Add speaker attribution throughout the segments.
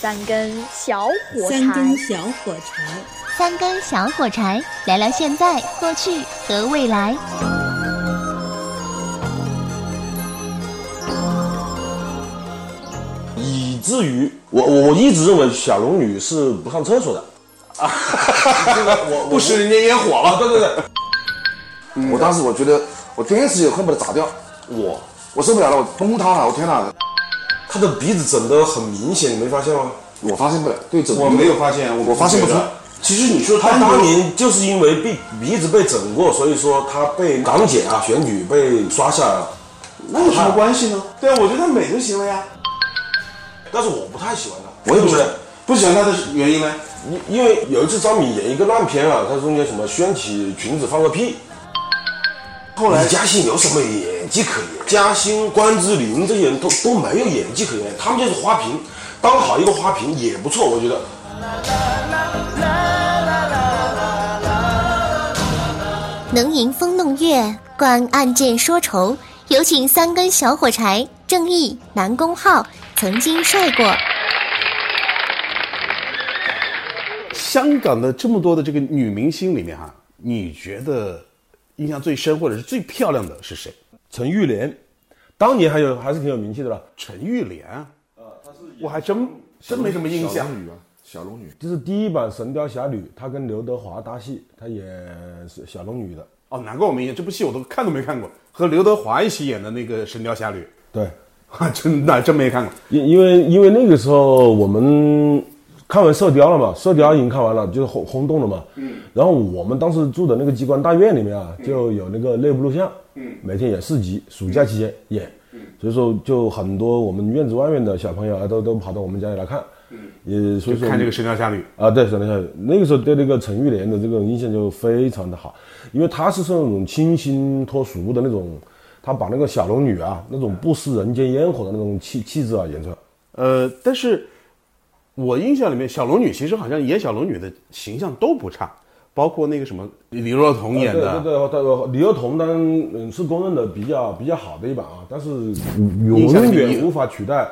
Speaker 1: 三根小火柴，
Speaker 2: 三根小火柴，
Speaker 3: 三根小火柴，聊聊现在、过去和未来。
Speaker 4: 以至于我我我一直认为小龙女是不上厕所的，啊，我
Speaker 5: 不食人间烟火了。
Speaker 4: 对对对，
Speaker 5: 我当时我觉得，我第一次有恨不得砸掉，
Speaker 4: 我
Speaker 5: 我受不了了，我崩塌了，我天哪，
Speaker 4: 她的鼻子整得很明显，你没发现吗？
Speaker 5: 我发现不了，对整个
Speaker 6: 我没有发现，
Speaker 5: 我发现不出
Speaker 6: 觉得。其实你说
Speaker 4: 她
Speaker 6: 单
Speaker 4: 当
Speaker 6: 独
Speaker 4: 年就是因为被鼻子被整过，所以说她被港姐啊选举被刷下来了。
Speaker 6: 那有什么关系呢？对啊，我觉得她美就行了呀。
Speaker 4: 但是我不太喜欢她，
Speaker 6: 我也不
Speaker 4: 对
Speaker 6: 喜
Speaker 4: 对
Speaker 6: 欢，不喜欢她的原因呢？
Speaker 4: 因因为有一次张敏演一个烂片啊，她中间什么掀起裙子放个屁，
Speaker 6: 后来
Speaker 4: 李嘉欣有什么演技可言？嘉欣、关之琳这些人都都没有演技可言，他们就是花瓶，当好一个花瓶也不错，我觉得。
Speaker 3: 能吟风弄月，观案件说愁。有请三根小火柴，正义南宫浩曾经帅过。
Speaker 7: 香港的这么多的这个女明星里面哈、你觉得印象最深或者是最漂亮的是谁？
Speaker 4: 陈玉莲，当年还有还是挺有名气的了，
Speaker 7: 陈玉莲。啊
Speaker 5: 呃
Speaker 7: 我还真真没什么印象
Speaker 5: 小。龙女吧，啊小龙女，
Speaker 4: 就是第一版《神雕侠侣》，她跟刘德华搭戏，她演是小龙女的。
Speaker 7: 哦，难怪我没印象，这部戏我都看都没看过，和刘德华一起演的那个《神雕侠侣
Speaker 4: 对，》，
Speaker 7: 啊，真的真没看过。
Speaker 4: 因因为因为那个时候我们看完《射雕》了嘛，《射雕》已经看完了，就是轰轰动了嘛。嗯。然后我们当时住的那个机关大院里面啊，就有那个内部录像，嗯，每天演四集，暑假期间演，嗯，所以说就很多我们院子外面的小朋友啊，都都跑到我们家里来看，嗯，也所以说
Speaker 7: 看这个《神雕侠侣》，
Speaker 4: 啊，对，沈腾小姐，那个时候对那个陈玉莲的这个印象就非常的好，因为她是那种清新脱俗的那种，她把那个小龙女啊那种不食人间烟火的那种气气质啊演出来。
Speaker 7: 呃，但是我印象里面，小龙女其实好像演小龙女的形象都不差，包括那个什么李若彤演的，
Speaker 4: 啊对对对，对李幼彤当然嗯是公认的比较比较好的一版啊，但是
Speaker 7: 印象嗯
Speaker 4: 永
Speaker 7: 第一
Speaker 4: 远无法取代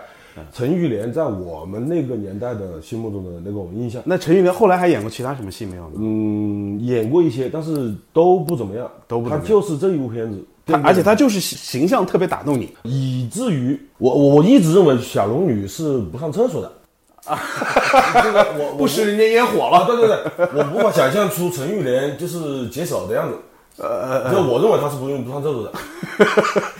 Speaker 4: 陈玉莲在我们那个年代的心目中的那种印象。
Speaker 7: 那陈玉莲后来还演过其他什么戏没有呢？
Speaker 4: 嗯，演过一些，但是都不怎么样，
Speaker 7: 都不怎么样
Speaker 4: 她就是这一部片子，
Speaker 7: 她而且她就是形形象特别打动你，
Speaker 4: 以至于我我我一直认为小龙女是不上厕所的，啊，这个我
Speaker 7: 不食人间烟火
Speaker 4: 啊，
Speaker 7: 了。
Speaker 4: 对对对，我无法想象出陈玉莲就是解手的样子，呃，就我认为她是不用不上厕 所的，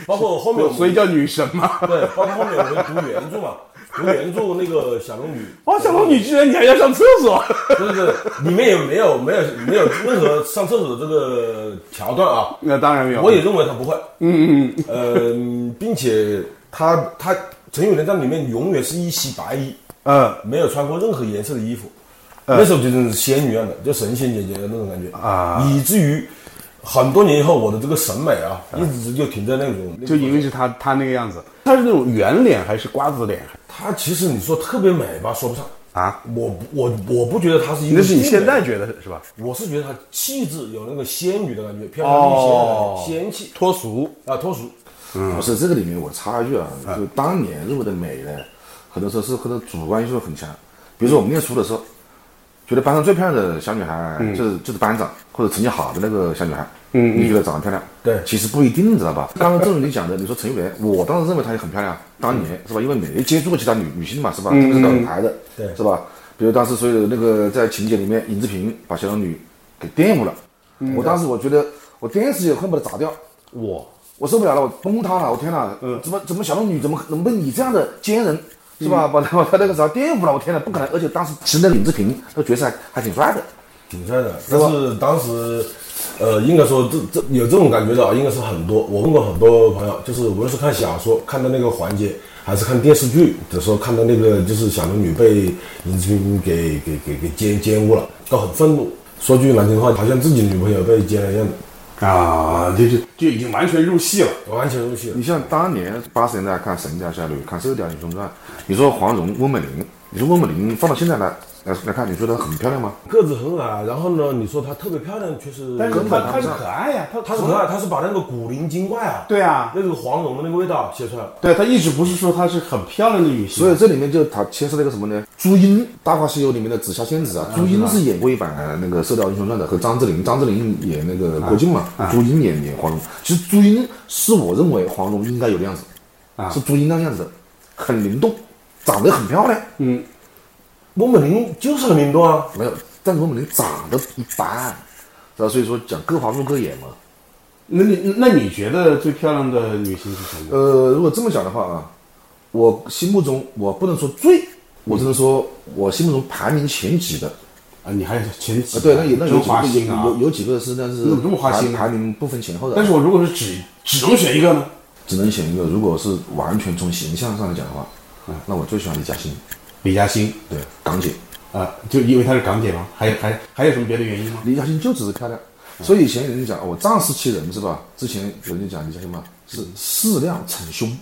Speaker 4: 包括后面我们
Speaker 7: 所以叫女神嘛。
Speaker 4: 对，包括后面我们读原著嘛，读原著那个小龙女，
Speaker 7: 哦，小龙女居然你还要上厕所？
Speaker 4: 对对对，里面也没有没有没有任何上厕所的这个桥段啊，
Speaker 7: 那当然没有。
Speaker 4: 我也认为他不会。嗯嗯嗯。呃，并且他他陈永莲在里面永远是一袭白衣，
Speaker 7: 呃
Speaker 4: 没有穿过任何颜色的衣服。
Speaker 7: 嗯
Speaker 4: 那时候就真的是仙女一样的，就神仙姐姐的那种感觉
Speaker 7: 啊
Speaker 4: 以至于很多年以后，我的这个审美啊，一直就停在那种。
Speaker 7: 嗯就因为是她她那个样子，她是那种圆脸还是瓜子脸
Speaker 4: 她其实你说特别美吧，说不上。
Speaker 7: 啊？
Speaker 4: 我不我我不觉得她是一个。
Speaker 7: 那是你现在，觉得是吧？
Speaker 4: 我是觉得她气质有那个仙女的感觉，飘飘欲仙的感
Speaker 7: 哦
Speaker 4: 觉，仙气
Speaker 7: 脱俗，
Speaker 4: 啊，脱俗。
Speaker 5: 不是这个里面我插一句啊，就当年认为的美呢，很多时候是和主观因素很强。比如说我们念书的时候，觉得班上最漂亮的小女孩就是就是班长或者成绩好的那个小女孩，嗯，你觉得长得漂亮？
Speaker 4: 对
Speaker 5: 其实不一定，你知道吧？刚刚正如你讲的，你说陈玉莲，我当时认为她也很漂亮，当年是吧？因为没接触过其他女女性嘛，是吧？这个是老牌的，
Speaker 4: 对
Speaker 5: 是吧？比如当时所有的那个在情节里面，尹志平把小龙女给玷污了，我当时我觉得我第一时间恨不得砸掉。
Speaker 4: 我
Speaker 5: 我受不了了，我崩塌了，我天哪！怎么怎么小龙女怎么能被你这样的奸人是吧？把他把他那个啥颠覆了，我天哪，不可能！而且当时其实那尹志平那个角色还还挺帅的，
Speaker 4: 挺帅的，但是当时，呃，应该说这这有这种感觉的啊，应该是很多。我问过很多朋友，就是无论是看小说看到那个环节，还是看电视剧的时候看到那个就是小龙女被尹志平给给给给奸奸污了，都很愤怒。说句难听话，好像自己女朋友被奸了一样的，
Speaker 7: 啊，就就就已经完全入戏了。
Speaker 4: 完全入戏了
Speaker 5: 你。像当年八十年代看《神雕侠侣》、看《射雕英雄传》，你说黄蓉、翁美玲，你说翁美玲放到现在来，来来看，你觉得很漂亮吗？
Speaker 4: 个子很矮，然后呢，你说她特别漂亮，确实
Speaker 7: 但是
Speaker 4: 根
Speaker 7: 他
Speaker 4: 本
Speaker 7: 他是可爱呀，他
Speaker 4: 她是可爱，她是把那个古灵精怪啊，
Speaker 7: 对啊
Speaker 4: 那个黄蓉的那个味道写出来了。
Speaker 7: 对他一直不是说她是很漂亮的女性，
Speaker 5: 所以这里面就它牵涉了一个什么呢？朱茵，《大话西游》里面的紫霞仙子啊，朱茵是演过一版呃那个《射雕英雄传》的，和张智霖，张智霖演那个郭靖嘛，朱茵演演黄蓉。其实朱茵是我认为黄蓉应该有的样子，
Speaker 7: 啊
Speaker 5: 是朱茵那样子的，很灵动，长得很漂亮，
Speaker 4: 翁美玲就是很灵动啊，
Speaker 5: 没有，但是我们长得一般，知道所以说讲各花入各眼嘛。
Speaker 7: 那你那你觉得最漂亮的女性是什么？
Speaker 5: 呃，如果这么讲的话啊，我心目中我不能说最，我只能说我心目中排名前几的。
Speaker 7: 啊，你还有前几
Speaker 5: 啊，对，那有那有
Speaker 7: 真
Speaker 5: 几
Speaker 7: 花心
Speaker 5: 个
Speaker 7: 啊
Speaker 5: 有！有有几个是，但是
Speaker 7: 你怎么这么花心啊
Speaker 5: 排排名不分前后的。
Speaker 7: 但是我如果是只只能选一个呢？
Speaker 5: 只能选一个，如果是完全从形象上来讲的话，
Speaker 7: 嗯
Speaker 5: 那我最喜欢李嘉欣，
Speaker 7: 李嘉欣
Speaker 5: 对，港姐。
Speaker 7: 啊，就因为她是港姐吗？还还还有什么别的原因吗？
Speaker 5: 李嘉欣就只是漂亮，所以以前人家讲我仗势欺人是吧？之前有人讲李嘉欣嘛，是适量逞凶，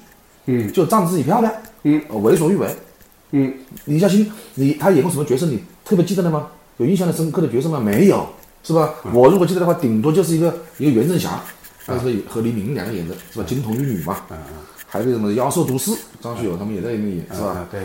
Speaker 5: 嗯，就仗自己漂亮，嗯，为所欲为，
Speaker 7: 嗯，
Speaker 5: 李嘉欣，你她演过什么角色？你特别记得的吗？有印象的深刻的角色吗？没有，是吧？我如果记得的话，顶多就是一个一个袁振霞，那是和黎明两个演的，是吧？金童玉女嘛，还有一个什么妖兽都市，张学友他们也在里面演，是吧
Speaker 7: 啊？，对，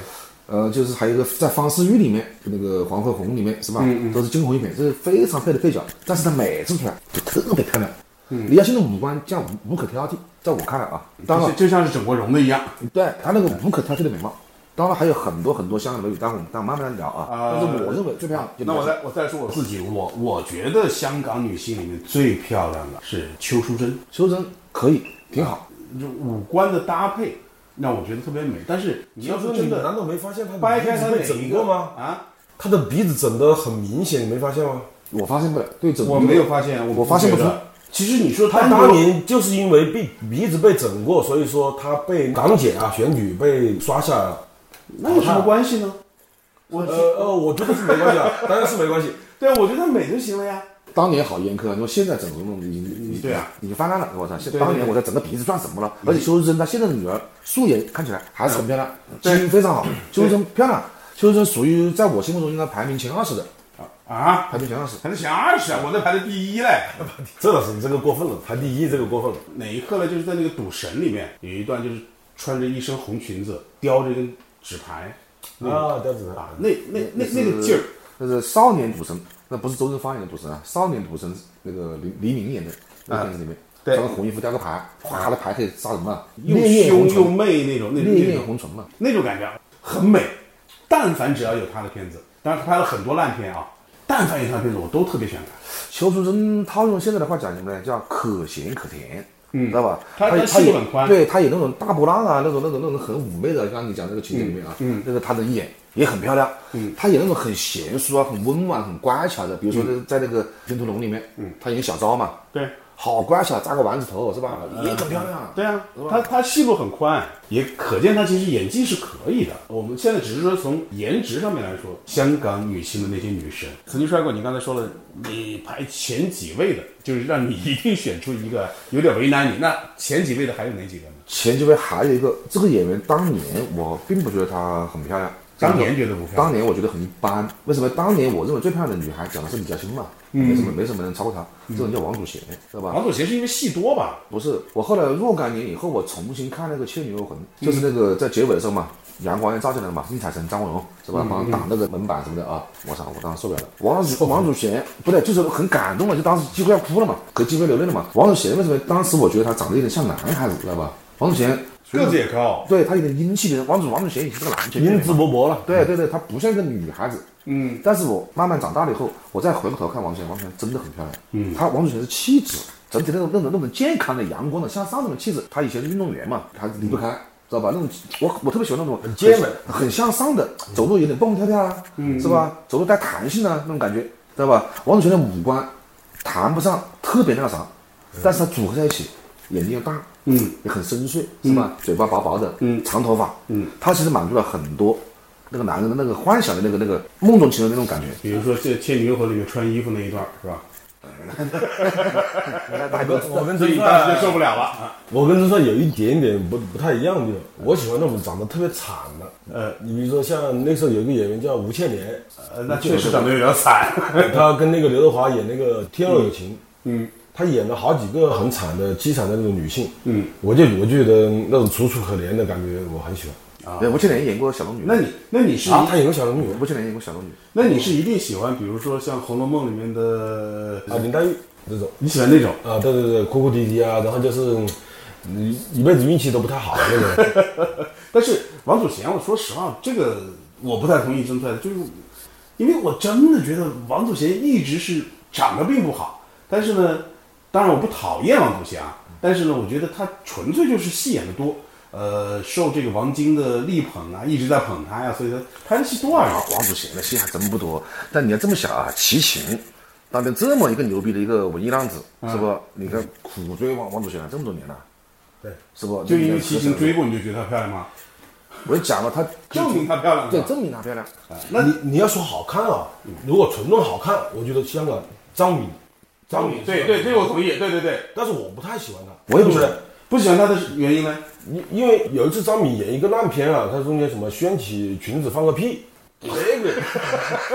Speaker 5: 呃，就是还有一个在《方世玉》里面，那个黄飞鸿里面是吧？
Speaker 7: 嗯
Speaker 5: 都是惊鸿一瞥，这是非常配的配角。但是他每次出来就特别漂亮。李嘉欣的五官这样无无可挑剔，在我看来啊，当
Speaker 7: 就
Speaker 5: 然
Speaker 7: 是就像是整过容的一样。
Speaker 5: 对他那个无可挑剔的美貌，当然还有很多很多相应的美女，待会我们待会慢慢来聊啊。但是我认为最漂亮就李
Speaker 7: 那
Speaker 5: 嘉
Speaker 7: 我
Speaker 5: 欣，
Speaker 7: 再我再说我自己，我我觉得香港女性里面最漂亮的是邱淑贞，
Speaker 5: 修真可以挺好，
Speaker 7: 就五官的搭配让我觉得特别美。但是你要说
Speaker 4: 你
Speaker 7: 真
Speaker 4: 难
Speaker 7: 的
Speaker 4: 道没发现她
Speaker 7: 掰
Speaker 4: 的鼻
Speaker 7: 开
Speaker 4: 子
Speaker 7: 她
Speaker 4: 被
Speaker 7: 哪一
Speaker 4: 整
Speaker 7: 个
Speaker 4: 过吗？
Speaker 7: 啊，
Speaker 4: 她的鼻子整得很明显，你没发现吗？
Speaker 5: 我发现不了，对整个
Speaker 7: 我没有发现，
Speaker 5: 我发现不
Speaker 7: 不
Speaker 5: 出
Speaker 7: 觉得。其实你说
Speaker 4: 她
Speaker 7: 单
Speaker 4: 当
Speaker 7: 独
Speaker 4: 年就是因为被鼻子被整过，所以说她被港姐啊选举被刷下来了。
Speaker 6: 那有什么关系呢？我
Speaker 4: 呃呃，我觉得是没关系 啊，当然是没关系。
Speaker 6: 对啊，我觉得她美就行了呀。
Speaker 5: 当年好严苛，你说现在整容弄已经
Speaker 7: 对啊，
Speaker 5: 已经翻案了。我操，现
Speaker 7: 对
Speaker 5: 当年我在整个鼻子算什么了？而且邱淑贞她现在的女儿素颜看起来还是很漂亮，
Speaker 7: 嗯
Speaker 5: 基因非常好。邱淑贞漂亮，邱淑贞属于在我心目中应该排名前二十的，
Speaker 7: 啊，
Speaker 5: 排名前二十。
Speaker 7: 排能前二十啊，我在排在第一嘞。
Speaker 4: 这老师，你这个过分了，排第一这个过分了。
Speaker 7: 哪一刻呢？就是在那个赌神里面有一段，就是穿着一身红裙子，叼着一根纸牌
Speaker 4: 啊，调子
Speaker 7: 啊，那那那
Speaker 5: 是
Speaker 7: 那个劲儿，，
Speaker 5: 那是少年赌神，那不是周润发演的赌神啊，少年赌神那个黎黎明演的那个片子里面，
Speaker 7: 啊对
Speaker 5: 穿个红衣服叼个牌，哗，那牌可以杀人嘛，
Speaker 7: 又
Speaker 5: 烈焰红
Speaker 7: 凶又
Speaker 5: 唇，
Speaker 7: 媚那种，那种
Speaker 5: 烈
Speaker 7: 那
Speaker 5: 焰
Speaker 7: 种
Speaker 5: 红唇嘛。
Speaker 7: 那种感觉很美。但凡只要有他的片子，当然他拍了很多烂片啊，但凡有他的片子，我都特别喜欢看。
Speaker 5: 邱淑贞，她用现在的话讲什么呢？叫可咸可甜，嗯，知道吧？
Speaker 7: 她
Speaker 5: 她
Speaker 7: 她
Speaker 5: 她
Speaker 7: 戏
Speaker 5: 有
Speaker 7: 很宽
Speaker 5: 对她有那种大波浪啊，那种那种那种很妩媚的，刚刚你讲那个情节里面啊，嗯，那个她能演，也很漂亮，嗯，她演那种很贤淑啊，很温婉、很乖巧的，比如说在那个《天屠龙》里面，嗯，她演小昭嘛，
Speaker 7: 对，
Speaker 5: 好乖巧，扎个丸子头是吧？也很漂亮，
Speaker 7: 对啊，他他戏路很宽，也可见他其实演技是可以的。我们现在只是说从颜值上面来说，香港女星的那些女神，曾经帅过。你刚才说了，你排前几位的，就是让你 一定选出一个，有点为难你。那前几位的还有哪几个呢？
Speaker 5: 前几位还有一个这个演员，当年我并不觉得她很漂亮，
Speaker 7: 当年觉得不漂亮
Speaker 5: 当年我觉得很一般。为什么？当年我认为最漂亮的女孩讲的是李嘉欣嘛，没什么没什么人超过她，这人叫王祖贤，知道吧？
Speaker 7: 王祖贤是因为戏多吧？
Speaker 5: 不是，我后来若干年以后，我重新看那个《倩女幽魂》，就是那个在结尾的时候嘛，阳光要照进来嘛，宁采臣、张国荣是吧，帮他挡那个门板什么的啊，我操，我当时嗯受不了了。王祖王祖贤不对，就是很感动了，就当时几乎要哭了嘛，可几乎流泪了嘛。王祖贤为什么当时我觉得他长得有点像男孩子，知道吧？王祖贤
Speaker 7: 个子也高，
Speaker 5: 对他有点英气的人，王祖王祖贤已经是个男权，
Speaker 4: 英姿勃勃了。
Speaker 5: 对对对，她不像一个女孩子。嗯，但是我慢慢长大了以后，我再回过头看王祖贤，王祖贤真的很漂亮。嗯，她王祖贤是气质，整体那种那种那种健康的、阳光的、向上那种气质。她以前是运动员嘛，她离不开，知道吧？那种我我特别喜欢那种嗯很
Speaker 4: 健美、
Speaker 5: 很向上的，走路有点蹦蹦跳跳啊，嗯，是吧？走路带弹性啊，那种感觉，知道吧？王祖贤的五官谈不上特别那个啥，但是她组合在一起，眼睛又大，嗯，也很深邃，是吧？嘴巴薄薄的，嗯，长头发，嗯，她其实满足了很多那个男人的那个幻想的那个那个梦中情人的那种感觉。
Speaker 7: 比如说这《倩女幽魂》里面穿衣服那一段是吧？
Speaker 5: 大哥，
Speaker 4: 我跟
Speaker 7: 所
Speaker 4: 曾
Speaker 7: 以
Speaker 4: 帅
Speaker 7: 当时就受不了了啊。
Speaker 4: 我跟曾帅有一点点不不太一样的地方，我喜欢那种长得特别惨的。
Speaker 7: 呃
Speaker 4: 你比如说像那时候有一个演员叫吴倩莲，
Speaker 7: 呃，那确实长得有点惨。
Speaker 4: 她跟那个刘德华演那个《天若有情》，嗯，她演了好几个很惨的、凄惨的那种女性，嗯，我就我就觉得那种楚楚可怜的感觉我很喜欢。
Speaker 5: 对吴倩莲演过小龙女，
Speaker 7: 那你那你是一
Speaker 4: 啊，她演过小龙女
Speaker 5: 吴倩莲演过小龙女，
Speaker 7: 那你是一定喜欢，比如说像《红楼梦》里面的，呃
Speaker 4: 啊，林黛玉这种。
Speaker 7: 你喜欢那种
Speaker 4: 啊，对对对，哭哭啼啼啊，然后就是嗯一辈子运气都不太好那 种。
Speaker 7: 但是王祖贤，我说实话，这个我不太同意曾帅的，就是因为我真的觉得王祖贤一直是长得并不好，但是呢，当然我不讨厌王祖贤啊，但是呢，我觉得他纯粹就是戏演的多，呃，受这个王晶的力捧啊，一直在捧他呀，所以他拍的戏多而
Speaker 5: 啊
Speaker 7: 已。
Speaker 5: 王祖贤的戏还真不多，但你要这么想啊，齐秦当年这么一个牛逼的一个文艺浪子，是不？你看苦追王王祖贤了这么多年了，
Speaker 4: 对，
Speaker 5: 是不？
Speaker 7: 就因为齐秦追
Speaker 5: 过，
Speaker 7: 过，你就觉得她漂亮吗？
Speaker 5: 我就讲了，他
Speaker 7: 证明她漂亮是
Speaker 5: 对
Speaker 7: 吧，
Speaker 5: 证明她漂亮，
Speaker 7: 那
Speaker 4: 你你要说好看啊，
Speaker 5: 嗯
Speaker 4: 如果纯论好看，我觉得香港张敏，张敏
Speaker 7: 对对，这
Speaker 4: 对
Speaker 7: 个我同意，对对对，
Speaker 4: 但是我不太喜欢她，
Speaker 5: 我也不
Speaker 4: 是
Speaker 5: 喜欢
Speaker 7: 不喜欢她的原因呢？
Speaker 4: 因因为有一次张敏演一个烂片啊，她中间什么掀起裙子放个屁，这个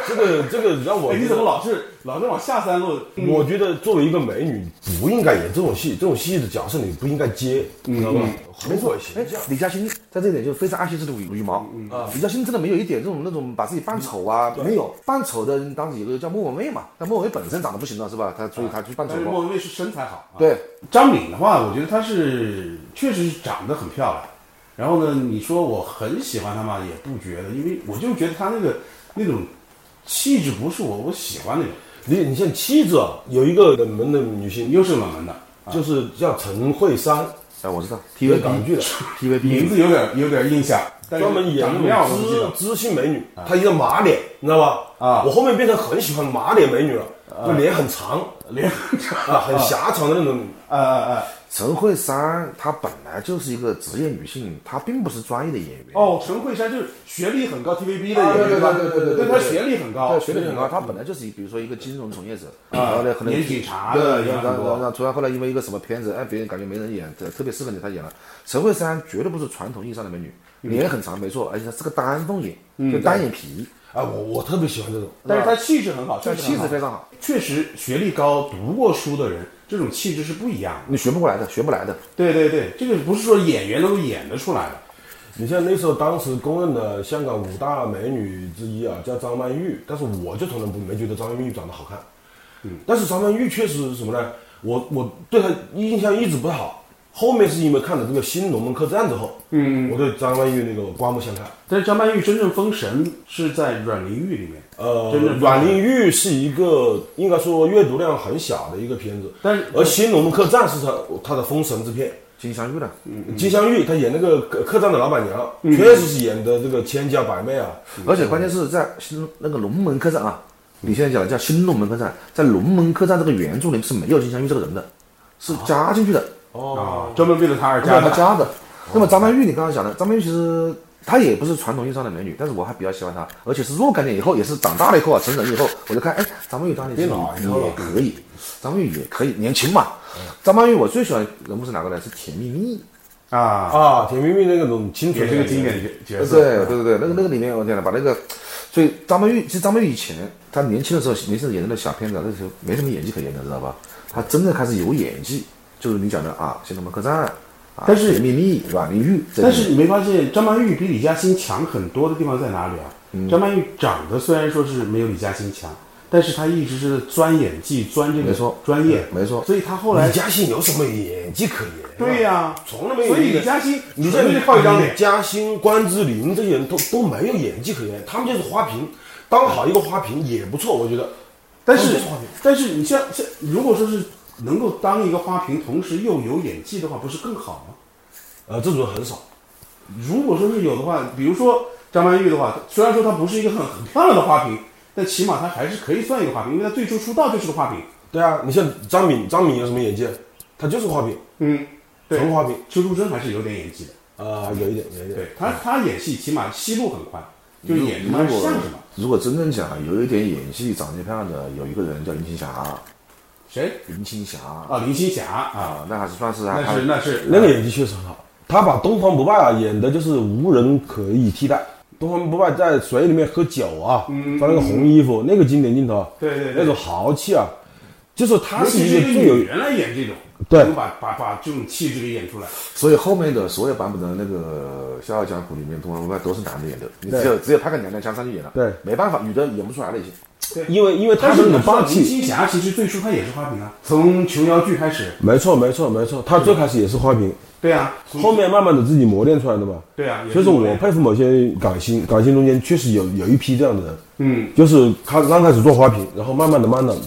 Speaker 4: 这个这个让我
Speaker 7: 哎，你
Speaker 4: 觉
Speaker 7: 怎
Speaker 4: 得
Speaker 7: 么老是老是往下三路？
Speaker 4: 我觉得作为一个美女，不应该演这种戏，这种戏的角色你不应该接，
Speaker 7: 嗯
Speaker 4: 你知道吧？很毁
Speaker 5: 哎
Speaker 4: 形象。，
Speaker 5: 李嘉欣在这点就非常爱惜自己的羽羽毛。
Speaker 7: 嗯
Speaker 5: 啊，李嘉欣真的没有一点这种那种把自己扮丑啊，没有扮丑的人。当时有个叫莫文蔚嘛，但莫文蔚本身长得不行了，是吧？他所以他去扮丑
Speaker 7: 啊但是莫
Speaker 5: 过。
Speaker 7: 文蔚是身材好、啊。，
Speaker 5: 对，
Speaker 7: 张敏的话，我觉得她是确实是长得很漂亮。然后呢，你说我很喜欢她嘛，也不觉得，因为我就觉得她那个那种气质不是我我喜欢那种。
Speaker 4: 你你像妻子啊，有一个冷门的女星，
Speaker 7: 又是冷门的，
Speaker 4: 就是叫陈慧珊，
Speaker 5: 哎，我知道
Speaker 4: 一个港剧 的，
Speaker 5: TVB，TVB
Speaker 7: 名字有点有点印象，但是
Speaker 4: 专门演
Speaker 7: 长什么样
Speaker 4: 那
Speaker 7: 我不记得
Speaker 4: 种。知知性美女，她一个马脸，你知道吧？
Speaker 7: 啊
Speaker 4: 我后面变成很喜欢马脸美女了，就脸很长，
Speaker 7: 连
Speaker 4: 啊，很狭长的那种。
Speaker 7: 呃呃
Speaker 5: 陈慧珊她本来就是一个职业女性，她并不是专业的演员。，
Speaker 7: 哦，陈慧珊就是学历很高，TVB 的演
Speaker 5: 啊对
Speaker 7: 员
Speaker 5: 对
Speaker 7: 吧？
Speaker 5: 对对对对
Speaker 7: 她学历很高
Speaker 5: 对，，学历很高，她本来就是一比如说一个金融从业者，
Speaker 7: 啊
Speaker 5: 然后呢，可能
Speaker 7: 也是警察
Speaker 5: 对
Speaker 7: 的也
Speaker 5: 然
Speaker 7: 很多
Speaker 5: 后然后突然后来因为一个什么片子，哎，别人感觉没人演，特特别适合你，她演了。陈慧珊绝对不是传统意义上的美女，脸很长没错，而且她是个单凤眼，就单眼皮，
Speaker 4: 哎，我我特别喜欢这种，
Speaker 7: 但是她气质很好，
Speaker 5: 但
Speaker 7: 确实
Speaker 5: 气
Speaker 7: 很好
Speaker 5: 质非常好，
Speaker 7: 确实学历高、读过书的人，这种气质是不一样的。
Speaker 5: 你学不过来的，学不来的。
Speaker 7: 对对对，这个不是说演员能够演得出来的。
Speaker 4: 你像那时候当时公认的香港五大美女之一啊，叫张曼玉，但是我就从来不没觉得张曼玉长得好看，嗯，但是张曼玉确实是什么呢？我我对她印象一直不太好，后面是因为看了这个新龙门客栈之后，嗯，我对张曼玉那个刮目相看。
Speaker 7: 但是张曼玉真正封神是在阮玲玉里面，
Speaker 4: 呃
Speaker 7: 真的，
Speaker 4: 阮玲玉是一个应该说阅读量很小的一个片子，
Speaker 7: 但是
Speaker 4: 而《新龙门客栈》是他他的封神之片。
Speaker 5: 金镶玉的，
Speaker 4: 金镶玉她演那个客客栈的老板娘，确实是演的这个千娇百媚啊。
Speaker 5: 而且关键是在新那个龙门客栈啊，你现在讲的叫新龙门客栈，在龙门客栈这个原著里是没有金镶玉这个人的，是加进去的。
Speaker 7: 啊，专门为了她而
Speaker 5: 加
Speaker 7: 加
Speaker 5: 他
Speaker 7: 的。哦
Speaker 5: 加的。那么张曼玉，你刚刚讲的，张曼玉其实她也不是传统意义上的美女，但是我还比较喜欢她，而且是若干年以后，也是长大了以后啊，成人以后，我就看，哎，张曼玉当年
Speaker 4: 别老
Speaker 5: 也
Speaker 4: 了
Speaker 5: 也可以，张曼玉也可以，年轻嘛。张曼玉我最喜欢人物是哪个呢？是甜蜜蜜。
Speaker 7: 啊，
Speaker 4: 啊，甜蜜蜜那个种清
Speaker 7: 也
Speaker 4: 纯，
Speaker 7: 是个经典角角
Speaker 5: 哦对对
Speaker 7: 色。
Speaker 5: 对对，那个那个里面，我天呐，把那个，所以张曼玉，其实张曼玉以前她年轻的时候，年轻的演那个小片子啊，那时候没什么演技可言的，知道吧？她真的开始有演技，就是你讲的啊，《新龙门客栈》啊，
Speaker 7: 但是
Speaker 5: 甜蜜蜜、阮玲玉，这
Speaker 7: 但
Speaker 5: 里面
Speaker 7: 是你没发现张曼玉比李嘉欣强很多的地方在哪里啊？
Speaker 5: 嗯
Speaker 7: 张曼玉长得虽然说是没有李嘉欣强，但是她一直是钻演技、钻这
Speaker 5: 没
Speaker 7: 个
Speaker 5: 错
Speaker 7: 专业，
Speaker 5: 没错嗯
Speaker 7: 所以她后来
Speaker 4: 李嘉欣有什么演技可言、
Speaker 7: 对呀、
Speaker 4: 啊从来没有。
Speaker 7: 所以李嘉欣，
Speaker 4: 你
Speaker 7: 纯
Speaker 4: 像
Speaker 7: 粹就靠一张脸
Speaker 4: 李。嘉欣、关之琳这些人都都没有演技可言，他们就是花瓶，当好一个花瓶也不错，我觉得。
Speaker 7: 但是
Speaker 4: 哦这是花瓶
Speaker 7: 但是你像像如果说是能够当一个花瓶，同时又有演技的话，不是更好吗？
Speaker 4: 呃，这种人很少。
Speaker 7: 如果说是有的话，比如说张曼玉的话，虽然说她不是一个很很漂亮的花瓶，但起码她还是可以算一个花瓶，因为她最初出道就是个花瓶。
Speaker 4: 对啊，你像张敏，张敏有什么演技？她就是花瓶，
Speaker 7: 嗯，对
Speaker 4: 纯花瓶。
Speaker 7: 邱淑贞还是有点演技的。
Speaker 4: 啊、有一点，有一点。
Speaker 7: 对她，她演戏起码戏路很宽，就是演什么像什么。
Speaker 5: 如果真正讲有一点演技、长得漂亮的，有一个人叫林青霞，
Speaker 7: 谁
Speaker 5: 林青霞
Speaker 7: 啊？林青霞啊，
Speaker 5: 啊，那还是算是还
Speaker 7: 那是那是
Speaker 4: 那个演技确实很好，他把东方不败啊演的就是无人可以替代。东方不败在水里面喝酒啊，
Speaker 7: 嗯
Speaker 4: 穿那个红衣服，那个经典镜头，啊
Speaker 7: 对对对
Speaker 4: 那种豪气啊，就是他
Speaker 7: 尤
Speaker 4: 是
Speaker 7: 其
Speaker 4: 一
Speaker 7: 是
Speaker 4: 个
Speaker 7: 一个
Speaker 4: 最有
Speaker 7: 女人来演这种，
Speaker 4: 对
Speaker 7: 能把把把这种气质给演出来。
Speaker 5: 所以后面的所有版本的那个《笑傲江湖》里面，东方不败都是男的演的，你
Speaker 4: 对
Speaker 5: 只有只有他跟娘娘腔上去演了，
Speaker 4: 对
Speaker 5: 没办法，女的演不出来了已经。
Speaker 4: 因为因为他
Speaker 7: 但
Speaker 4: 的
Speaker 7: 是
Speaker 4: 那种
Speaker 7: 你知道
Speaker 4: 霸
Speaker 7: 林
Speaker 4: 气，
Speaker 7: 青霞其实最初她也是花瓶啊，从琼瑶剧开始，
Speaker 4: 没错没错没错，他最开始也是花瓶，
Speaker 7: 对啊，从
Speaker 4: 后面慢慢的自己磨练出来的嘛。
Speaker 7: 对啊，也
Speaker 4: 所以说
Speaker 7: 这
Speaker 4: 我
Speaker 7: 样
Speaker 4: 佩服某些港星，港星中间确实有有一批这样的人，
Speaker 7: 嗯，
Speaker 4: 就是他刚开始做花瓶，然后慢慢的慢慢的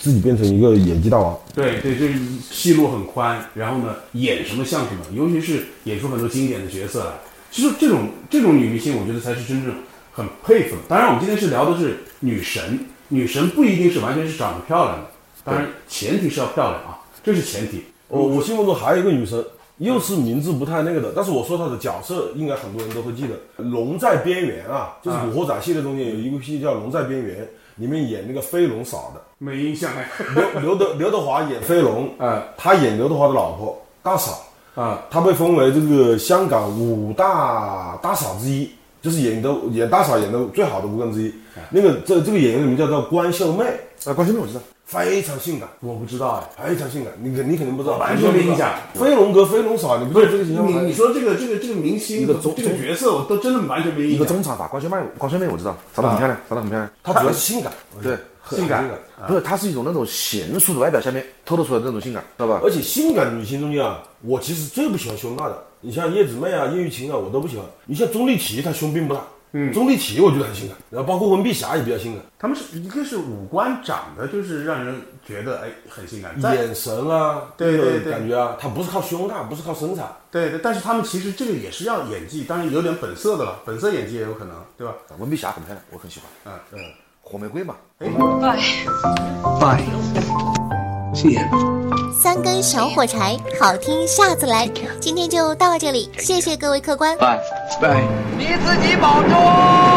Speaker 4: 自己变成一个演技大王。
Speaker 7: 对对，就是戏路很宽，然后呢，演什么像什么，尤其是演出很多经典的角色来，就是这种这种女明星，我觉得才是真正很佩服的。当然，我们今天是聊的是女神，女神不一定是完全是长得漂亮的，当然前提是要漂亮啊，这是前提。
Speaker 4: 我哦我心目中还有一个女生，又是名字不太那个的，但是我说她的角色应该很多人都会记得，《龙在边缘》啊，就是《古惑仔》系列中间有一部戏叫《龙在边缘》，里面演那个飞龙嫂的，
Speaker 7: 没印象 哎，
Speaker 4: 刘刘德刘德华演飞龙，
Speaker 7: 嗯
Speaker 4: 他演刘德华的老婆大嫂，
Speaker 7: 啊，
Speaker 4: 他被封为这个香港五大大嫂之一，就是演的演大嫂演的最好的五个人之一。
Speaker 7: 啊
Speaker 4: 那个这这个演员的名叫做关秀妹，
Speaker 5: 啊，关心妹我知道，
Speaker 4: 非常性感，
Speaker 7: 我不知道哎。
Speaker 4: 非常性感，你肯你肯定不知道，
Speaker 7: 完全没印象
Speaker 4: 飞龙哥、飞龙嫂，你不是这个形象
Speaker 7: 你
Speaker 4: 吗？
Speaker 7: 你说这个这个这个明星
Speaker 5: 一个中
Speaker 7: 这个角色，我都真的完全没
Speaker 5: 一
Speaker 7: 印
Speaker 5: 个
Speaker 7: 象。
Speaker 5: 中长发，关心妹，关心妹我知道，长得很漂亮，长得很漂亮。
Speaker 4: 他主要是性感，
Speaker 5: 对
Speaker 4: 很
Speaker 7: 性感
Speaker 5: 不是，她是一种那种娴熟的外表下面透露出来的那种性感，知道吧？
Speaker 4: 而且性感女星中间啊，我其实最不喜欢胸大的，你像叶子妹啊、叶玉卿啊，我都不喜欢。你像钟丽缇，她胸并不大，嗯，钟丽缇我觉得很性感，然后包括温碧霞也比较性感，
Speaker 7: 他们是一个是五官长得就是让人觉得哎很性感，再
Speaker 4: 眼神啊，
Speaker 7: 对对
Speaker 4: 那种
Speaker 7: 对
Speaker 4: 感觉啊，她不是靠胸大，不是靠身材，
Speaker 7: 对对，但是他们其实这个也是要演技，当然有点本色的了，本色演技也有可能，对吧？
Speaker 5: 温啊碧霞很漂亮，我很喜欢。
Speaker 7: 嗯嗯，
Speaker 5: 火玫瑰嘛，
Speaker 2: Bye. See ya.
Speaker 3: 三根小火柴，好听下次来。今天就到这里，谢谢各位客官。
Speaker 2: Bye. Bye.
Speaker 8: 你自己保重。